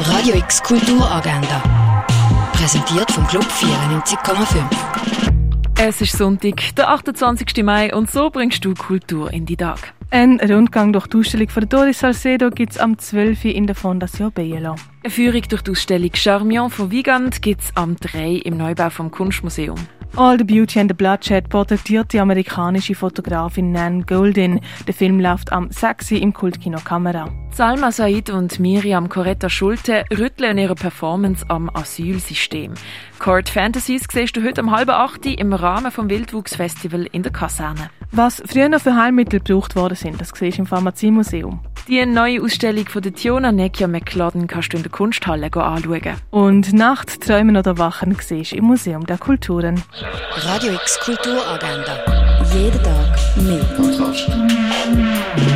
Radio X Kulturagenda. Präsentiert vom Club 94,5. Es ist Sonntag, der 28. Mai, und so bringst du Kultur in die Tag. Ein Rundgang durch die Ausstellung von Doris Salcedo gibt es am 12. Uhr in der Fondation Bielo. Eine Führung durch die Ausstellung Charmion von Wiegand gibt es am 3. im Neubau vom Kunstmuseum. All the Beauty and the Bloodshed porträtiert die amerikanische Fotografin Nan Goldin. Der Film läuft am 6. im Kultkino Kamera. Salma Said und Miriam Coretta Schulte rütteln in ihrer Performance am Asylsystem. Court Fantasies siehst du heute um halb acht im Rahmen vom Wildwuchsfestival in der Kaserne. Was früher noch für Heilmittel gebraucht worden sind, das siehst du im Pharmaziemuseum. Die neue Ausstellung von der Tiona Nekia McLaden kannst du in der Kunsthalle anschauen. Und Nacht, Träumen oder Wachen siehst du im Museum der Kulturen. Radio X Kulturagenda. Jeden Tag mehr.